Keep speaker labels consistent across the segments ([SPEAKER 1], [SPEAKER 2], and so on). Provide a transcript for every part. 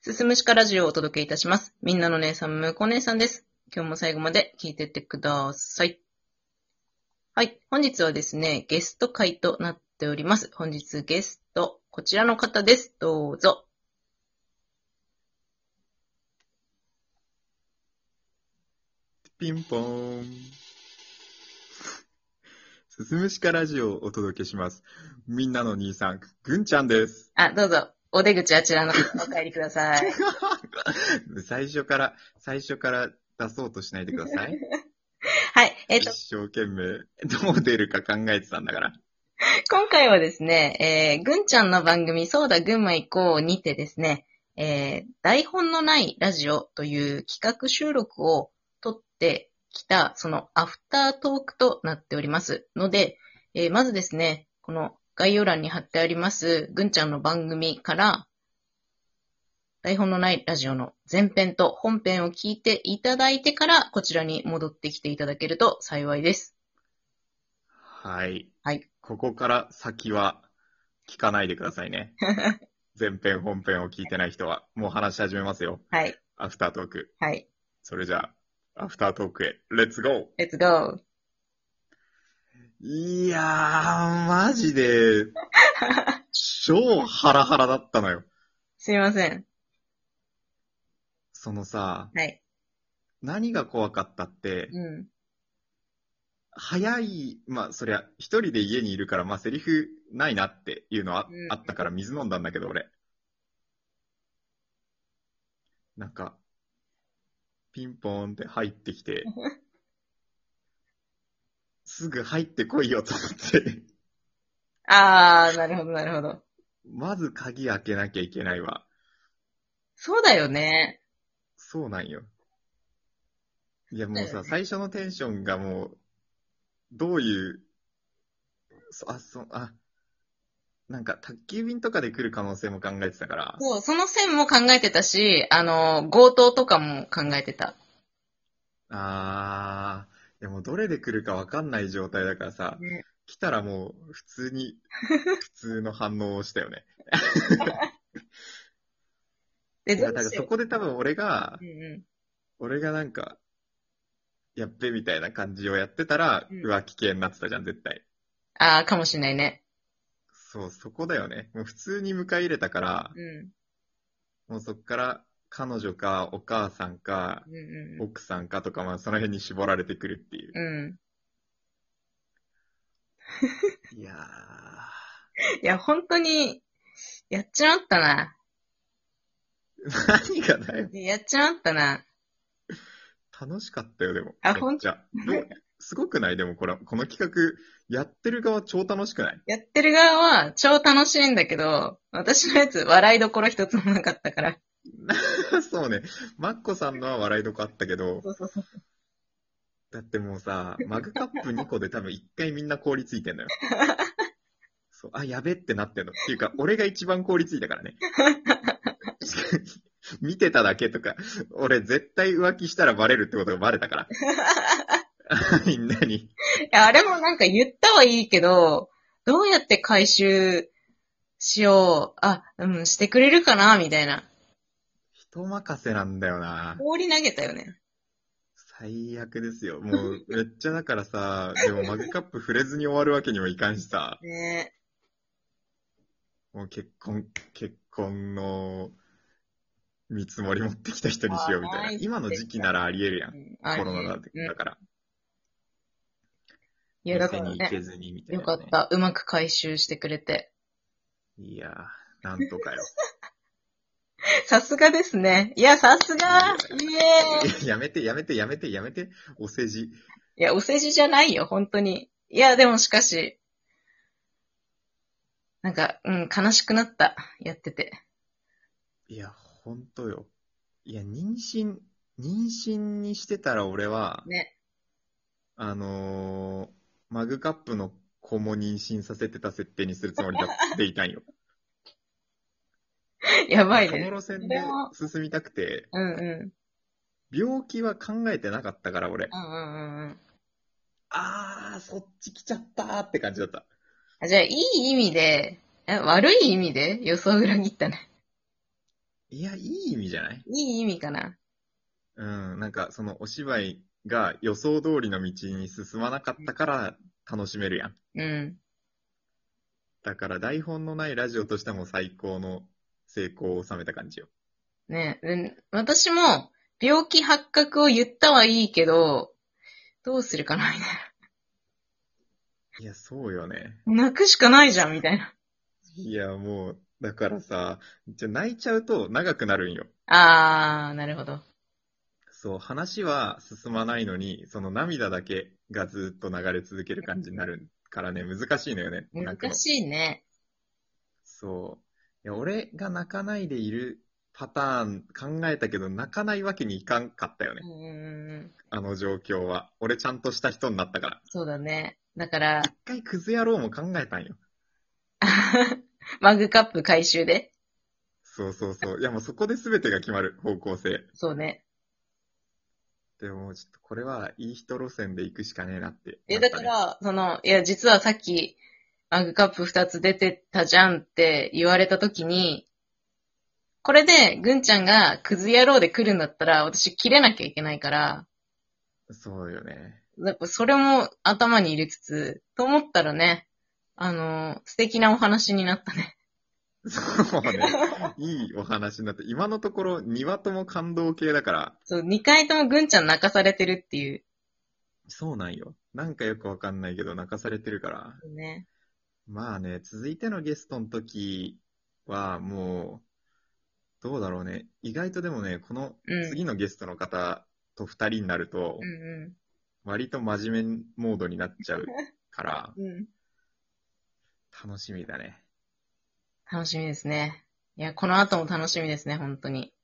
[SPEAKER 1] すすむしかラジオをお届けいたします。みんなの姉さん、むこ姉さんです。今日も最後まで聞いてってください。はい。本日はですね、ゲスト会となっております。本日ゲスト、こちらの方です。どうぞ。
[SPEAKER 2] ピンポーン。すすむしかラジオをお届けします。みんなの兄さん、ぐんちゃんです。
[SPEAKER 1] あ、どうぞ。お出口あちらのお帰りください。
[SPEAKER 2] 最初から、最初から出そうとしないでください。
[SPEAKER 1] はい。 えっ、と、
[SPEAKER 2] 一生懸命、どう出るか考えてたんだから。
[SPEAKER 1] 今回はですね、えー、ぐんちゃんの番組、そうだ群馬行こうにてですね、えー、台本のないラジオという企画収録を撮ってきた、そのアフタートークとなっております。ので、えー、まずですね、この概要欄に貼ってあります、ぐんちゃんの番組から、台本のないラジオの前編と本編を聞いていただいてから、こちらに戻ってきていただけると幸いです。
[SPEAKER 2] はい。
[SPEAKER 1] はい。
[SPEAKER 2] ここから先は、聞かないでくださ いね。前編本編を聞いてない人は、もう話し始めますよ。
[SPEAKER 1] はい。
[SPEAKER 2] アフタートーク。
[SPEAKER 1] はい。
[SPEAKER 2] それじゃあ、アフタートークへ、レッツゴー
[SPEAKER 1] レッツゴー
[SPEAKER 2] いやー、マジで、超ハラハラだったのよ。
[SPEAKER 1] すみません。
[SPEAKER 2] そのさ、
[SPEAKER 1] はい。
[SPEAKER 2] 何が怖かったって、
[SPEAKER 1] うん。
[SPEAKER 2] 早い、まあそりゃ、一人で家にいるから、まあセリフないなっていうのは
[SPEAKER 1] うん
[SPEAKER 2] あったから水飲んだんだけど、俺。なんか、ピンポーンって入ってきて、すぐ入ってこいよと思って、
[SPEAKER 1] あー、なるほど、なるほど。
[SPEAKER 2] まず鍵開けなきゃいけないわ。
[SPEAKER 1] そうだよね。
[SPEAKER 2] そうなんよ。いや
[SPEAKER 1] だ
[SPEAKER 2] もう
[SPEAKER 1] よね
[SPEAKER 2] さ、最初のテンションがもう、どういう、そあ、そ、あ、なんか宅急便とかで来る可能性も考えてたから、
[SPEAKER 1] そう、その線も考えてたし、あの、強盗とかも考えてた。
[SPEAKER 2] あー、いやもうどれで来るかわかんない状態だからさ、
[SPEAKER 1] ね
[SPEAKER 2] 来たらもう普通 に、普通の反応をしたよね。
[SPEAKER 1] で、
[SPEAKER 2] い
[SPEAKER 1] ど
[SPEAKER 2] や、
[SPEAKER 1] う
[SPEAKER 2] だから
[SPEAKER 1] しよ。
[SPEAKER 2] そうこで多分俺が
[SPEAKER 1] う、んうん、
[SPEAKER 2] 俺がなんか、やっべみたいな感じをやってたら、
[SPEAKER 1] うん
[SPEAKER 2] 浮気系になってたじゃん、絶対。
[SPEAKER 1] あー、かもしれないね。
[SPEAKER 2] そう、そこだよね。もう普通に迎え入れたから、
[SPEAKER 1] うん。
[SPEAKER 2] もうそっから彼女かお母さんか
[SPEAKER 1] うんう
[SPEAKER 2] 奥さんかとか、まあその辺に絞られてくるってい
[SPEAKER 1] ん
[SPEAKER 2] う。
[SPEAKER 1] うん。うん。
[SPEAKER 2] いやー、
[SPEAKER 1] いや、本当に、やっちまったな。
[SPEAKER 2] 何がだよ。
[SPEAKER 1] やっちまったな。
[SPEAKER 2] 楽しかったよ、でも。
[SPEAKER 1] あ
[SPEAKER 2] めっ
[SPEAKER 1] ほん
[SPEAKER 2] ちゃ。どうすごくないでもこれ、この企画、やってる側超楽しくない
[SPEAKER 1] やってる側は超楽しいんだけど、私のやつ笑いどころ一つもなかったから。
[SPEAKER 2] そうね。マッコさんのは笑いどこあったけど、
[SPEAKER 1] そうそうそう。
[SPEAKER 2] だってもうさ、マグカップ2個で多分1回みんな凍りついてんのよ。そう、あ、やべってなってんの。っていうか、俺が一番凍りついたからね。 見てただけとか、俺絶対浮気したらバレるってことがバレたから。 みんなに。
[SPEAKER 1] いや、あれもなんか言ったはいいけど、どうやって回収しよう、あ、うん、してくれるかな、みたいな。
[SPEAKER 2] 人任せなんだよな。
[SPEAKER 1] 放り投げたよね。
[SPEAKER 2] 最悪ですよ。もう、めっちゃだからさ、でもマグカップ触れずに終わるわけにもいかんしさ、
[SPEAKER 1] ね
[SPEAKER 2] もう結婚、結婚の見積もり持ってきた人にしようみたい
[SPEAKER 1] あ
[SPEAKER 2] な
[SPEAKER 1] ー。
[SPEAKER 2] 今の時期ならあり得るやん
[SPEAKER 1] え。。うん
[SPEAKER 2] コ
[SPEAKER 1] あ
[SPEAKER 2] ロナだって
[SPEAKER 1] うん
[SPEAKER 2] だから、
[SPEAKER 1] いや、だか
[SPEAKER 2] 店
[SPEAKER 1] ら
[SPEAKER 2] に行
[SPEAKER 1] ね、
[SPEAKER 2] けずにみたいな、
[SPEAKER 1] よかっ。た。うまく回収してくれて。
[SPEAKER 2] いやー、なんとかよ。
[SPEAKER 1] さすがですね。いや、さすがイエーイ
[SPEAKER 2] いややめて、やめて、やめて、やめて、お世辞。
[SPEAKER 1] いや、お世辞じゃないよ、本当に。いや、でもしかし、なんか、うん、悲しくなった。やってて。
[SPEAKER 2] いや、ほんとよ。いや、妊娠、妊娠にしてたら俺は、
[SPEAKER 1] ね。
[SPEAKER 2] あのー、マグカップの子も妊娠させてた設定にするつもりだっていたんよ。
[SPEAKER 1] やばい
[SPEAKER 2] 小
[SPEAKER 1] ね。
[SPEAKER 2] 諸線
[SPEAKER 1] そ
[SPEAKER 2] で
[SPEAKER 1] れも
[SPEAKER 2] 進みたくて、
[SPEAKER 1] うんうん。
[SPEAKER 2] 病気は考えてなかったから俺、
[SPEAKER 1] うんうんうんうん。
[SPEAKER 2] あー、そっち来ちゃったーって感じだった。
[SPEAKER 1] あじゃあ、いい意味で、え悪い意味で予想を裏切ったね。
[SPEAKER 2] いや、いい意味じゃない
[SPEAKER 1] いい意味かな。
[SPEAKER 2] うん、なんかそのお芝居が予想通りの道に進まなかったから楽しめるやん。
[SPEAKER 1] うん。
[SPEAKER 2] だから台本のないラジオとしても最高の成功を収めた感じよ。
[SPEAKER 1] ねで私も、病気発覚を言ったはいいけど、どうするかな、みたい
[SPEAKER 2] いや、そうよね。
[SPEAKER 1] な。泣くしかないじゃん、みたいな。
[SPEAKER 2] いや、もう、だからさ、じゃあ泣いちゃうと長くなるんよ。
[SPEAKER 1] あー、なるほど。
[SPEAKER 2] そう、話は進まないのに、その涙だけがずっと流れ続ける感じになるからね、難しいのよね。泣くの
[SPEAKER 1] 難しいね。
[SPEAKER 2] そう。いや、俺が泣かないでいるパターン考えたけど、泣かないわけにいかんかったよね
[SPEAKER 1] う。ん。
[SPEAKER 2] あの状況は。俺ちゃんとした人になったから。
[SPEAKER 1] そうだね。だから、
[SPEAKER 2] 一回クズ野郎も考えたんよ。
[SPEAKER 1] マグカップ回収で。
[SPEAKER 2] そうそうそう。いやもうそこで全てが決まる方向性。
[SPEAKER 1] そうね。
[SPEAKER 2] でももうちょっとこれはいい人路線で行くしかねえなって
[SPEAKER 1] え、
[SPEAKER 2] な
[SPEAKER 1] だ
[SPEAKER 2] った
[SPEAKER 1] か
[SPEAKER 2] ね
[SPEAKER 1] ら、その、いや、実はさっき、マグカップ二つ出てたじゃんって言われた時に、これで、ぐんちゃんがクズ野郎で来るんだったら、私切れなきゃいけないから、
[SPEAKER 2] そうよね。
[SPEAKER 1] やっぱそれも頭に入れつつ、と思ったらね、あの、素敵なお話になったね。
[SPEAKER 2] そうね。 いいお話になって、今のところ2話とも感動系だから、
[SPEAKER 1] そう、二回ともぐんちゃん泣かされてるっていう。
[SPEAKER 2] そうなんよ。なんかよくわかんないけど泣かされてるから。
[SPEAKER 1] ね。
[SPEAKER 2] まあね、続いてのゲストの時はもう、どうだろうね。意外とでもね、この
[SPEAKER 1] うん
[SPEAKER 2] 次のゲストの方と2人になると
[SPEAKER 1] う、ん
[SPEAKER 2] 割と真面目モードになっちゃ うから、
[SPEAKER 1] うん。うん。
[SPEAKER 2] 楽しみだね。
[SPEAKER 1] 楽しみですね。いや、この後も楽しみですね、本当に。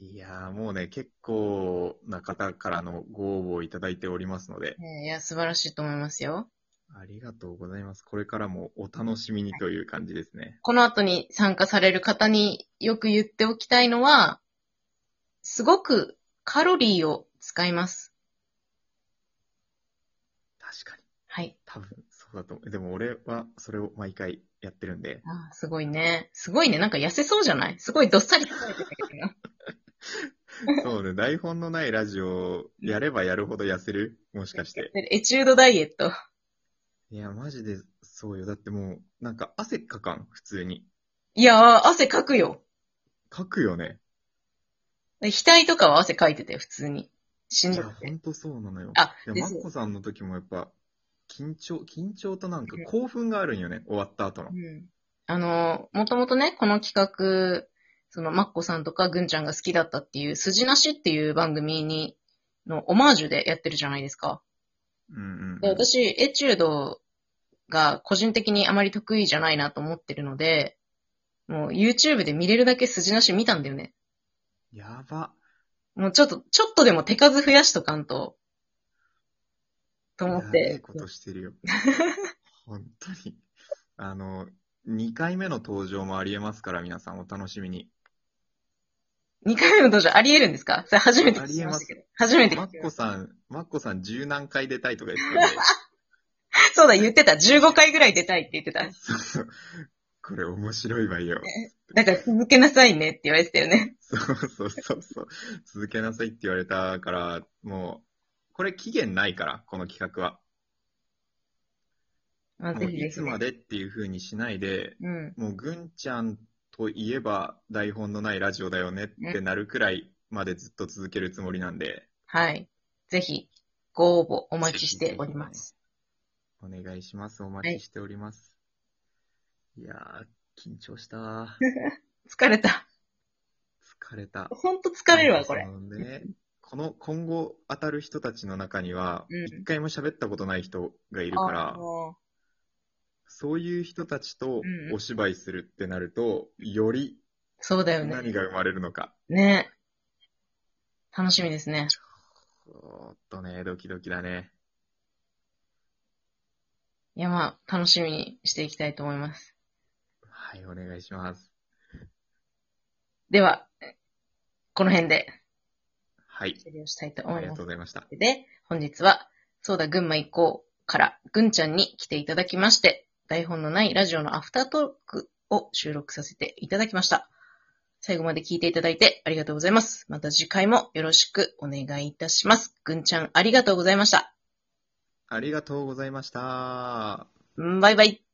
[SPEAKER 2] いやーもうね、結構な方からのご応募をいただいておりますので、
[SPEAKER 1] えーいや、素晴らしいと思いますよ。
[SPEAKER 2] ありがとうございます。これからもお楽しみにという感じですね。
[SPEAKER 1] この後に参加される方によく言っておきたいのは、すごくカロリーを使います。
[SPEAKER 2] 確かに。
[SPEAKER 1] はい。
[SPEAKER 2] 多分、そうだと思う。でも俺はそれを毎回やってるんで、
[SPEAKER 1] あーすごいね。すごいね。なんか痩せそうじゃないすごいどっさり食べてたけど。
[SPEAKER 2] そうね、台本のないラジオをやればやるほど痩せるもしかして。
[SPEAKER 1] エチュードダイエット。
[SPEAKER 2] いや、マジでそうよ。だってもう、なんか汗かかん、普通に。
[SPEAKER 1] いやー、汗かくよ。
[SPEAKER 2] かくよね。
[SPEAKER 1] 額とかは汗かいてて、普通に。しん
[SPEAKER 2] い
[SPEAKER 1] ど
[SPEAKER 2] や、
[SPEAKER 1] く
[SPEAKER 2] ほ
[SPEAKER 1] て。
[SPEAKER 2] んとそうなのよ。
[SPEAKER 1] あ、
[SPEAKER 2] いや、
[SPEAKER 1] で
[SPEAKER 2] マ
[SPEAKER 1] す
[SPEAKER 2] ッ。コさんの時もやっぱ、緊張、緊張となんか興奮があるんよね、終わった後の
[SPEAKER 1] う。ん。あのー、もともとね、この企画、その、マッコさんとかぐんちゃんが好きだったっていう、筋なしっていう番組に、のオマージュでやってるじゃないですか。
[SPEAKER 2] うん
[SPEAKER 1] で、
[SPEAKER 2] うん。
[SPEAKER 1] 私、エチュードが個人的にあまり得意じゃないなと思ってるので、もう YouTube で見れるだけ筋なし見たんだよね。
[SPEAKER 2] やば。
[SPEAKER 1] もうちょっと、ちょっとでも手数増やしとかんと、と思っ
[SPEAKER 2] やべえ
[SPEAKER 1] て。
[SPEAKER 2] ことしてるよ。本当に。あの、2回目の登場もありえますから、皆さんお楽しみに。
[SPEAKER 1] 2回目の登場あり得るんですかそれ初めて聞きましたけど。初めて
[SPEAKER 2] マ
[SPEAKER 1] 聞き
[SPEAKER 2] ッ
[SPEAKER 1] ま
[SPEAKER 2] コ
[SPEAKER 1] し
[SPEAKER 2] さん、マッコさん十何回出たいとか言ってたんで。
[SPEAKER 1] た。そうだ、言ってた。15回ぐらい出たいって言ってた。
[SPEAKER 2] そうそう。 これ面白いわよ。
[SPEAKER 1] だから続けなさいねって言われてたよね。
[SPEAKER 2] そうそうそうそう。続けなさいって言われたから、もう、これ期限ないから、この企画は。
[SPEAKER 1] まあ、
[SPEAKER 2] も
[SPEAKER 1] ぜ
[SPEAKER 2] う
[SPEAKER 1] ひぜ
[SPEAKER 2] い
[SPEAKER 1] ひ
[SPEAKER 2] つまでっていう風にしないで、
[SPEAKER 1] うん。
[SPEAKER 2] もうぐんちゃんといえば台本のないラジオだよねってなるくらいまでずっと続けるつもりなんで、
[SPEAKER 1] はい。ぜひ、ご応募お待ちしております。
[SPEAKER 2] お願いします。お待ちしております。い、やー、緊張したー。
[SPEAKER 1] 疲れた。
[SPEAKER 2] 疲れた。
[SPEAKER 1] ほんと疲れるわ、こ
[SPEAKER 2] な
[SPEAKER 1] れ。
[SPEAKER 2] んかそのね、この今後当たる人たちの中には
[SPEAKER 1] うん、
[SPEAKER 2] 一回も喋ったことない人がいるから、
[SPEAKER 1] あ
[SPEAKER 2] そういう人たちと
[SPEAKER 1] うん
[SPEAKER 2] お芝居するってなると、より
[SPEAKER 1] そうだよね。
[SPEAKER 2] 何が生まれるのか。
[SPEAKER 1] ね。楽しみですね。
[SPEAKER 2] おーっとね、ドキドキだね。
[SPEAKER 1] いや、まあ、楽しみにしていきたいと思います。
[SPEAKER 2] はい、お願いします。
[SPEAKER 1] では、この辺で、
[SPEAKER 2] はい。
[SPEAKER 1] 終了したいと
[SPEAKER 2] あ
[SPEAKER 1] 思
[SPEAKER 2] り
[SPEAKER 1] い
[SPEAKER 2] が
[SPEAKER 1] ます
[SPEAKER 2] とう。ございました。
[SPEAKER 1] で、本日は、そうだ、群馬行こうから、ぐんちゃんに来ていただきまして、台本のないラジオのアフタートークを収録させていただきました。最後まで聞いていただいてありがとうございます。また次回もよろしくお願いいたします。ぐんちゃんありがとうございました。
[SPEAKER 2] ありがとうございました。
[SPEAKER 1] バイバイ。